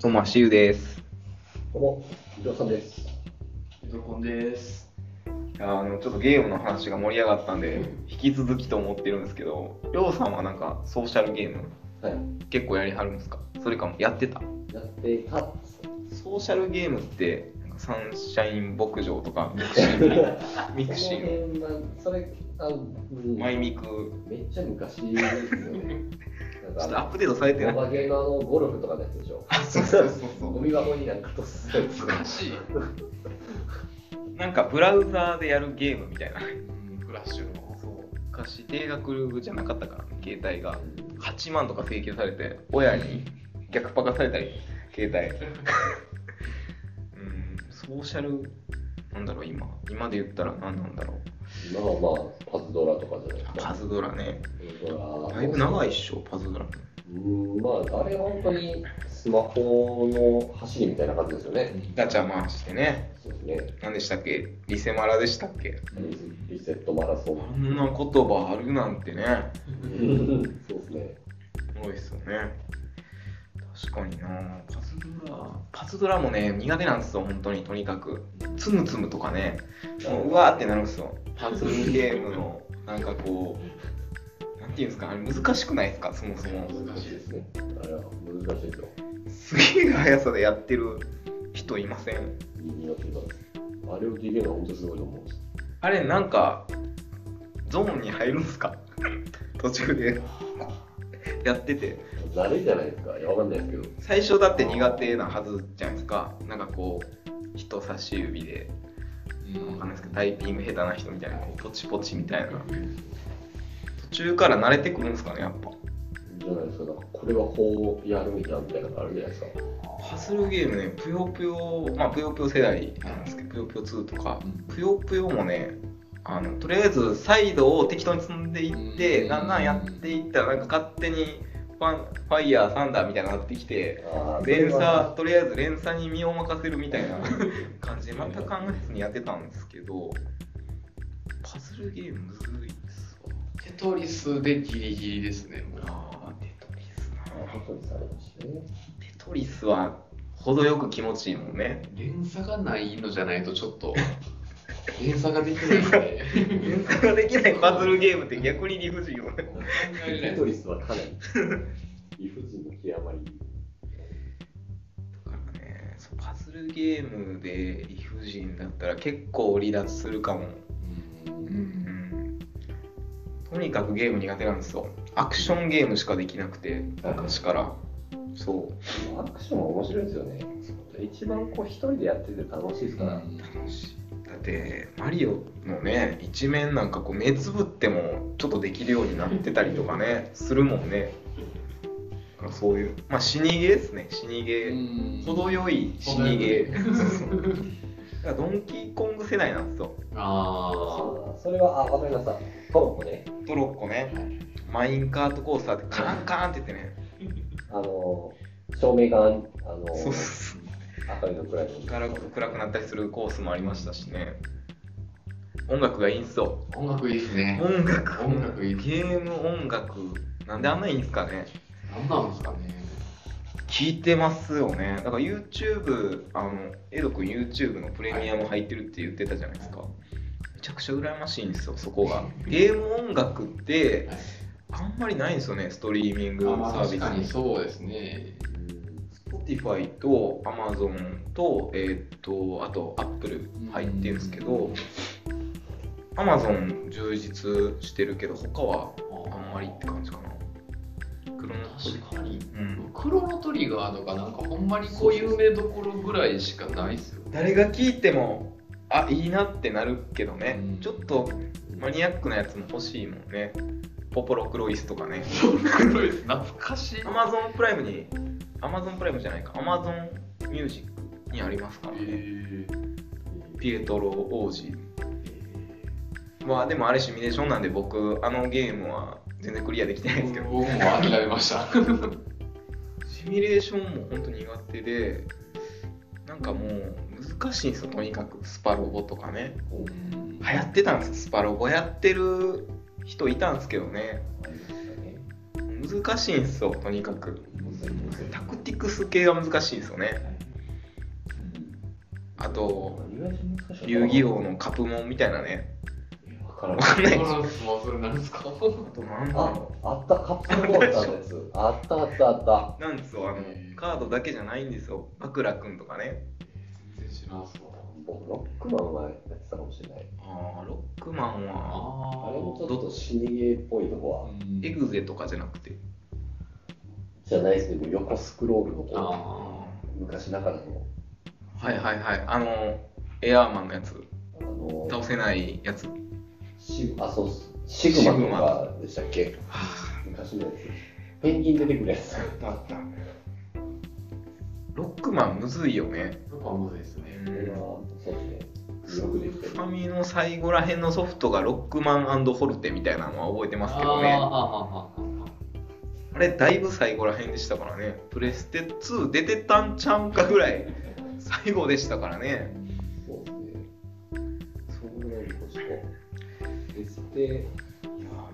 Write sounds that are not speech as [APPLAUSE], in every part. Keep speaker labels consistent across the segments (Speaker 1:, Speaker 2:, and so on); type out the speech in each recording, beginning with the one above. Speaker 1: トマシユです。
Speaker 2: どうも、伊藤さんです。
Speaker 3: ドコンです。
Speaker 1: あのちょっとゲームの話が盛り上がったんで、引き続きと思ってるんですけど、りょうさんはなんかソーシャルゲーム
Speaker 2: はい。
Speaker 1: 結構やりはるんですかそれかもやってた
Speaker 2: やっていた。
Speaker 1: ソーシャルゲームってなんかサンシャイン牧場とかミクシーミクシ
Speaker 2: その
Speaker 1: ー
Speaker 2: 辺は、それ、あ、うん
Speaker 1: マイミクち
Speaker 2: めっちゃ昔ですよね。
Speaker 1: ょっ
Speaker 2: なん
Speaker 1: と
Speaker 2: か、
Speaker 1: アップデートされてな
Speaker 2: お
Speaker 1: い
Speaker 2: まけのあのゴルフとかのやつでしょ。
Speaker 1: そうそうそうそ
Speaker 2: ゴ
Speaker 1: う
Speaker 2: ミ箱になんかとするやつ。
Speaker 1: 難しいなんかブラウザーでやるゲームみたいな
Speaker 3: クラッシュの。
Speaker 1: 昔定額じゃなかったから携帯が8万とか請求されて親に逆パカされたり携帯うんソーシャルなんだろう今今で言ったら何なんだろう
Speaker 2: 今はまあ、パズドラとかじゃないです
Speaker 1: パ
Speaker 2: か。
Speaker 1: ズドラね
Speaker 2: パズドラ。
Speaker 1: だいぶ長いっしょパズドラ
Speaker 2: うん、まあ、あれは本当にスマホの走りみたいな感じですよね。
Speaker 1: ガチャ回してね
Speaker 2: そうですね。
Speaker 1: 何でしたっけリセマラでしたっけ
Speaker 2: リリセットマラソ
Speaker 1: あ
Speaker 2: ン。
Speaker 1: [LAUGHS] んな言葉あるなんてね
Speaker 2: そうですね。
Speaker 1: すごいっすよね確かになパズドラパズドラもね苦手なんですよ本当にとにかくつむつむとかねもううわーってなるんですよパズルゲームのなんかこうなんていうんですかあれ難しくないですかそもそも
Speaker 2: 難しいですね。あれは難しいですよ。
Speaker 1: すげえ速さでやってる人いません
Speaker 2: 苦手なんです。あれをできるのは本当すごいと思うんです。
Speaker 1: あれなんかゾーンに入るんですか [LAUGHS] 途中でやってて
Speaker 2: 慣れじゃないですか。いや、わかんないですけど。
Speaker 1: 最初だって苦手なはずじゃないですかなんかこう人差し指でわかんないですけどタイピング下手な人みたいなこうポチポチみたいな途中から慣れてくるんですかねやっぱ
Speaker 2: じゃないですか。なんかこれはこうやるみたいなみたいなのがあるじゃないですか。
Speaker 1: パズルゲームねぷよぷよまあぷよぷよ世代なんですけどぷよぷよ2とかぷよぷよもねあのとりあえずサイドを適当に積んでいって
Speaker 3: うん
Speaker 1: だんだんやっていったらなんか勝手にファンファイヤーサンダーみたいになってきて
Speaker 2: あ
Speaker 1: 連鎖とりあえず連鎖に身を任せるみたいな感じで全く考えずにやってたんですけどパズルゲームむずいですわ
Speaker 3: テトリスでギリギリですね。もう
Speaker 1: あーテトリスな
Speaker 2: 確にされましたね。
Speaker 1: テトリスは程よく気持ちいいもんね
Speaker 3: 連鎖がないのじゃないとちょっ [LAUGHS] と連鎖ができないんで。
Speaker 1: 連鎖ができないパズルゲームって逆に理不尽よね
Speaker 3: 考えれない
Speaker 2: テトリスはかなり理不尽の極まり。
Speaker 1: だからねそうパズルゲームで理不尽だったら結構離脱するかも、うん、とにかくゲーム苦手なんですよアクションゲームしかできなくて昔からそう
Speaker 2: アクションは面白いですよね。一番こう一人でやってて楽しいですから。
Speaker 1: 楽しいだってマリオのね一面なんかこう目つぶってもちょっとできるようになってたりとかねするもんねだからそういうまあ死にゲーですね死にゲー、
Speaker 3: うん
Speaker 1: 程よい死にゲー。そうそうだからドンキーコング世代なんですよ。
Speaker 3: ああ。
Speaker 2: あーそれは、あ、わかりました。トロッコね。
Speaker 1: トロッコね、マインカートコースターでカーンカーンって言ってね、
Speaker 2: あの、照明が、あの、
Speaker 1: そうそう
Speaker 2: 明るいのくらい
Speaker 1: そうから暗くなったりするコースもありましたしね。音楽がいいんすよ。
Speaker 3: 音楽いいですね。
Speaker 1: 音楽、
Speaker 3: 音楽いい
Speaker 1: ゲーム音楽、なんであんないいんすかね。
Speaker 3: 何なんですかね。
Speaker 1: 聞いてますよね。だから YouTube、あの、エド君 YouTube のプレミアム入ってるって言ってたじゃないですか。めちゃくちゃ羨ましいんですよ、そこが。ゲーム音楽って、あんまりないんですよね、ストリーミングサ
Speaker 3: あまあ
Speaker 1: ービス
Speaker 3: 確かにそうですね。
Speaker 1: Spotify と Amazon と、えーっと、あと Apple 入ってるんですけど、Amazon 充実してるけど、他はあんまりって感じかな。クロノトリ
Speaker 3: 確かに。
Speaker 1: うん
Speaker 3: クロノトリガーとかなんかほんまにこう有名どころぐらいしかないっすよ。
Speaker 1: 誰が聞いても、あ、いいなってなるけどね
Speaker 3: うん、
Speaker 1: ちょっとマニアックなやつも欲しいもんね。ポポロクロイスとかね。
Speaker 3: 黒いです懐かしい。
Speaker 1: Amazon プライムに、Amazon プライムじゃないか、Amazon ミュージックにありますからね。
Speaker 3: え
Speaker 1: ピエトロ王子まあでもあれシミュレーションなんで僕あのゲームは全然クリアできてないんですけ
Speaker 3: 僕
Speaker 1: ど
Speaker 3: も諦めました。
Speaker 1: シミュレーションも本当苦手でなんかもう難しいんですよとにかくスパロボとかね流行ってたんですよスパロボやってる人いたんですけどね難しいんですよとにかくタクティク隠す系は難しいですよね。あと、遊戯王のカプモンみたいなね。
Speaker 2: わから
Speaker 1: わかんないです。
Speaker 3: ランスもそれなんですか
Speaker 1: あと、なんだ
Speaker 2: あ
Speaker 1: ろ、
Speaker 2: あった、カップボールさんのやつ。あったあったあった。
Speaker 1: う。なんですよ、あの、カードだけじゃないんですよ。バクラくんとかね。
Speaker 3: 全然知らんすわ。
Speaker 2: 僕、ロックマンはやってたかもしれない。
Speaker 1: ああ、ロックマン
Speaker 3: あ
Speaker 1: は、
Speaker 2: あれも
Speaker 3: ー
Speaker 2: ちょっと死にゲーっぽいとこは、
Speaker 1: エグゼとかじゃなくて。
Speaker 2: じゃないですけど、横スクロールの方、
Speaker 3: あ
Speaker 2: 昔ながらの、
Speaker 1: はいはいはい。あの、エアーマンのやつ。
Speaker 2: あの、
Speaker 1: 倒せないやつ。
Speaker 2: シグあそうシグマとかでしたっけ昔のやつペンギン出てくるやつ
Speaker 1: だった。ロックマンむずいよね。
Speaker 3: ー。なんかむずいですね。
Speaker 2: これはそうですねよくできて
Speaker 1: フ
Speaker 2: る
Speaker 1: ァミの最後らへんのソフトがロックマンホルテみたいなのは覚えてますけどね
Speaker 3: あーあ
Speaker 1: あ
Speaker 3: ーあーあーあー
Speaker 1: れだいぶ最後らへんでしたからねプレステ2出てたんちゃうんかぐらい最後でしたからね
Speaker 2: そうですねそうぐらいのことでして
Speaker 1: いや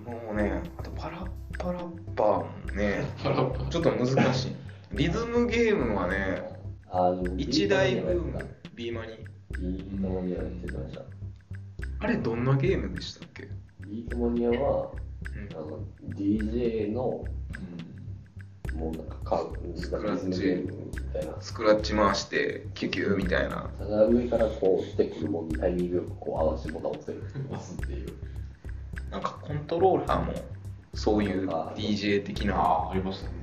Speaker 1: もうねあとパラッパラッパーもね
Speaker 3: パラッパ
Speaker 1: ちょっと難しいリズムゲームはね
Speaker 2: あの
Speaker 1: 一大ブー
Speaker 2: ビー
Speaker 1: ム
Speaker 2: タ
Speaker 1: ビーマニ
Speaker 2: ビートモニアやってました
Speaker 1: あれどんなゲームでしたっけ、
Speaker 2: ビートモニアは
Speaker 1: うん
Speaker 2: あの DJ のもうなんかカ
Speaker 1: ス
Speaker 2: ー
Speaker 1: ク
Speaker 2: ブ
Speaker 1: ラ
Speaker 2: リ
Speaker 1: ッチ
Speaker 2: ズムゲームみたいな
Speaker 1: スクラッチ回してキュキュみたいな
Speaker 2: ただ上からこう落ちてくるもんにタイミングよくこう合わせてボタンを押せる
Speaker 3: 押すっていう。
Speaker 1: なんかコントローラーもそういう DJ 的な
Speaker 3: ああ、ありましたね。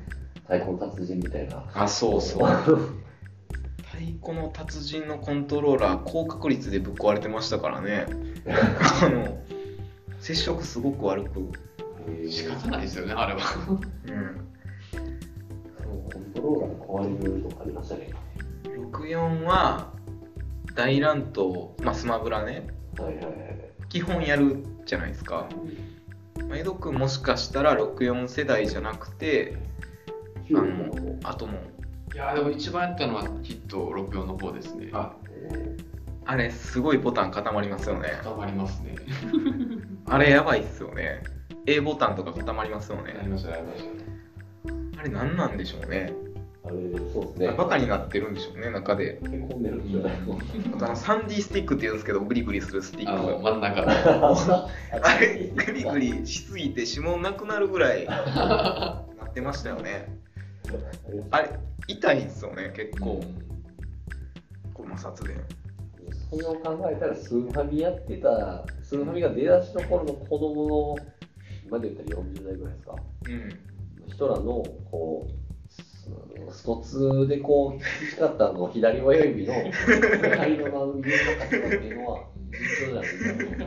Speaker 2: 太鼓の達人みたいな
Speaker 1: あそうそう太鼓の達人のコントローラー高確率でぶっ壊れてましたからねあの接触すごく悪く、
Speaker 3: 仕方ないですよね、あれは。
Speaker 1: うん、
Speaker 2: コントローラーの壊れるとかありましたね。
Speaker 1: 64は大乱闘、まあ、スマブラね
Speaker 2: はいはいはい。
Speaker 1: 基本やるじゃないですか、まあ、江戸君もしかしたら64世代じゃなくて
Speaker 2: キューブの、
Speaker 1: あともう
Speaker 3: いやー、でも一番やったのはきっと64の方ですね。
Speaker 2: あ
Speaker 1: あれすごいボタン固まりますよね
Speaker 3: 固まりますね。
Speaker 1: あれやばいっすよね A ボタンとか固まりますよね
Speaker 3: なりました、なりました。
Speaker 1: あれ何なんでしょうね
Speaker 2: あれ、そうですね。
Speaker 1: バカになってるんでしょうね中で
Speaker 2: へこんでるんじゃないの
Speaker 1: あとあのサンディスティックって言うんですけどグリグリするスティ
Speaker 3: あの、
Speaker 1: ック
Speaker 3: 真ん中の。
Speaker 1: あれグリグリしすぎて指紋なくなるぐらいなってましたよね
Speaker 2: [LAUGHS]
Speaker 1: あれ痛いんですよね結構、この摩擦で
Speaker 2: それを考えたら、スーファミやってた、スーファミが出だしの頃の子供の、今で言ったら40代ぐらいですか。
Speaker 1: うん
Speaker 2: 人らの、こう、ストツでこう、培ったあの左親指の、左のあの指の形っていうのは、実況じゃないですか。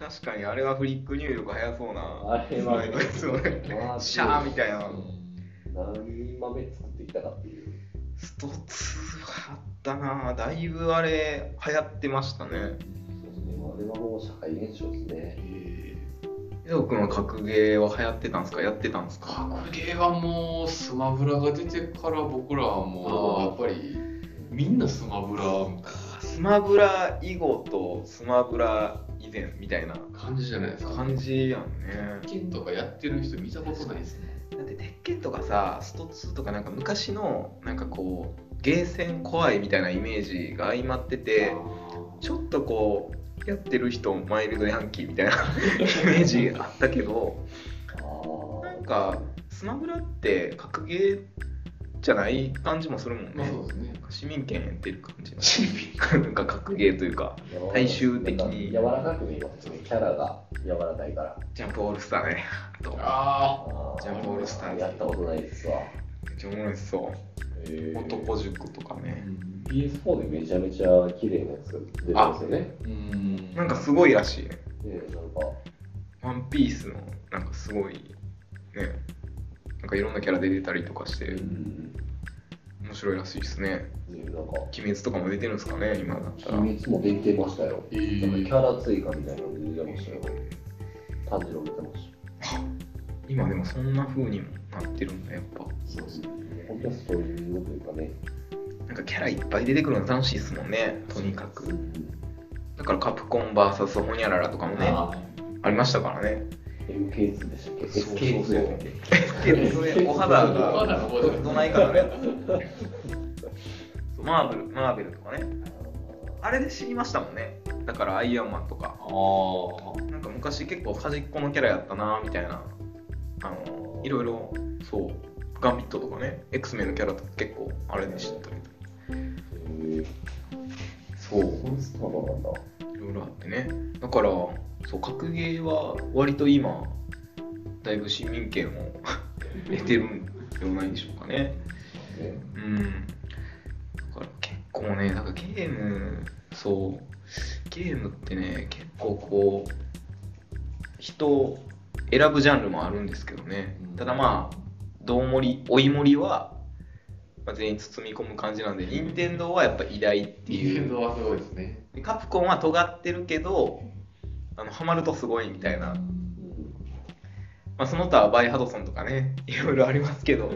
Speaker 1: 確かにあれはフリック入力早そうな
Speaker 2: あれは
Speaker 1: スライドですよね
Speaker 2: まあ
Speaker 1: シャーみたいな
Speaker 2: 何豆作ってきたかっていう。
Speaker 1: スト2はあったなだいぶあれ流行ってましたね
Speaker 2: あれはもう社会現象ですね。
Speaker 1: 江戸君は格ゲーは流行ってたんですかやってたんですか
Speaker 3: 格ゲーはもうスマブラが出てから僕らはもうやっぱりみんなスマブラみたい
Speaker 1: スマブラ以後とスマブラ以前みたいな
Speaker 3: な感じじゃないですか
Speaker 1: 感じやんね
Speaker 3: 鉄拳とかやってる人見たことないですね
Speaker 1: だって鉄拳とかさスト2とかなんか昔のなんかこうゲーセン怖いみたいなイメージが相まっててちょっとこうやってる人マイルドヤンキーみたい [LAUGHS] なイメージあったけど
Speaker 2: ああ
Speaker 1: なんかスマブラって格ゲーじゃない感じもするもんね、
Speaker 3: まあそうです
Speaker 1: な
Speaker 3: ね
Speaker 1: んか市民権やってる感じのなんか格ゲーというか大衆的に
Speaker 2: 柔らかく見えますね。キャラが柔らかいから。
Speaker 1: ジャンプオールスターねあと
Speaker 3: あ
Speaker 2: あ
Speaker 1: ジャンプオールスターズ
Speaker 2: やったことないですわ。
Speaker 1: めっちゃおもろいっすそう
Speaker 2: え
Speaker 1: 男塾とかね
Speaker 2: PS4 でめちゃめちゃ綺麗なやつ出てますよね。
Speaker 3: うん
Speaker 1: なんかすごいらしいね
Speaker 2: ええなんか、
Speaker 1: ワンピースのなんかすごいねなんかいろんなキャラ出てたりとかして
Speaker 2: うん、
Speaker 1: 面白いらしいですね
Speaker 2: ねなんか、
Speaker 1: 鬼滅とかも出てるんですかね今だったら
Speaker 2: 秘密も出てましたよ。
Speaker 3: え
Speaker 2: なんかキ
Speaker 3: ー
Speaker 2: ャラ追加みたいなの出てましたよ。炭治郎出てました。
Speaker 1: 今でもそんな風にもなってるんだやっぱ
Speaker 3: そうですね
Speaker 2: 本当はストーリーのというかね、
Speaker 1: なんかキャラいっぱい出てくるの楽しいですもんねとにかくだからカプコン VS ホニャララとかもねあ
Speaker 3: あー
Speaker 1: りましたからね
Speaker 2: MK2 でしたっけ
Speaker 3: そうそう
Speaker 2: SK2
Speaker 3: そう
Speaker 2: やったっ
Speaker 1: けど
Speaker 3: [LAUGHS]
Speaker 1: それお肌
Speaker 3: お肌
Speaker 1: が
Speaker 3: の
Speaker 1: どどないかなるやつマーベルマーベルとかねあれで知りましたもんねだからアイアンマンとか
Speaker 3: ああ
Speaker 1: なんか昔結構端っこのキャラやったなみたいなあのいろいろそうガンビットとかね X メンのキャラとか結構あれで知ったりとか
Speaker 2: けへえ
Speaker 1: そう
Speaker 2: そうスタートなんだ
Speaker 1: いろいろあってねだからそう格ゲーは割と今だいぶ市民権を [LAUGHS] 得てるんではないでしょうかね
Speaker 2: ね
Speaker 1: うんだから結構ねなんかゲームそうゲームってね結構こう人を選ぶジャンルもあるんですけどね
Speaker 3: うん
Speaker 1: ただまあどうもりおいもりは、まあ、全員包み込む感じなんで任天堂はやっぱ偉大って
Speaker 3: イ
Speaker 1: い
Speaker 3: ベ
Speaker 1: う
Speaker 3: ントはすごいですね
Speaker 1: でカプコンは尖ってるけどあのハマるとすごいみたいな、まあ、その他はバイハドソンとかねいろいろありますけど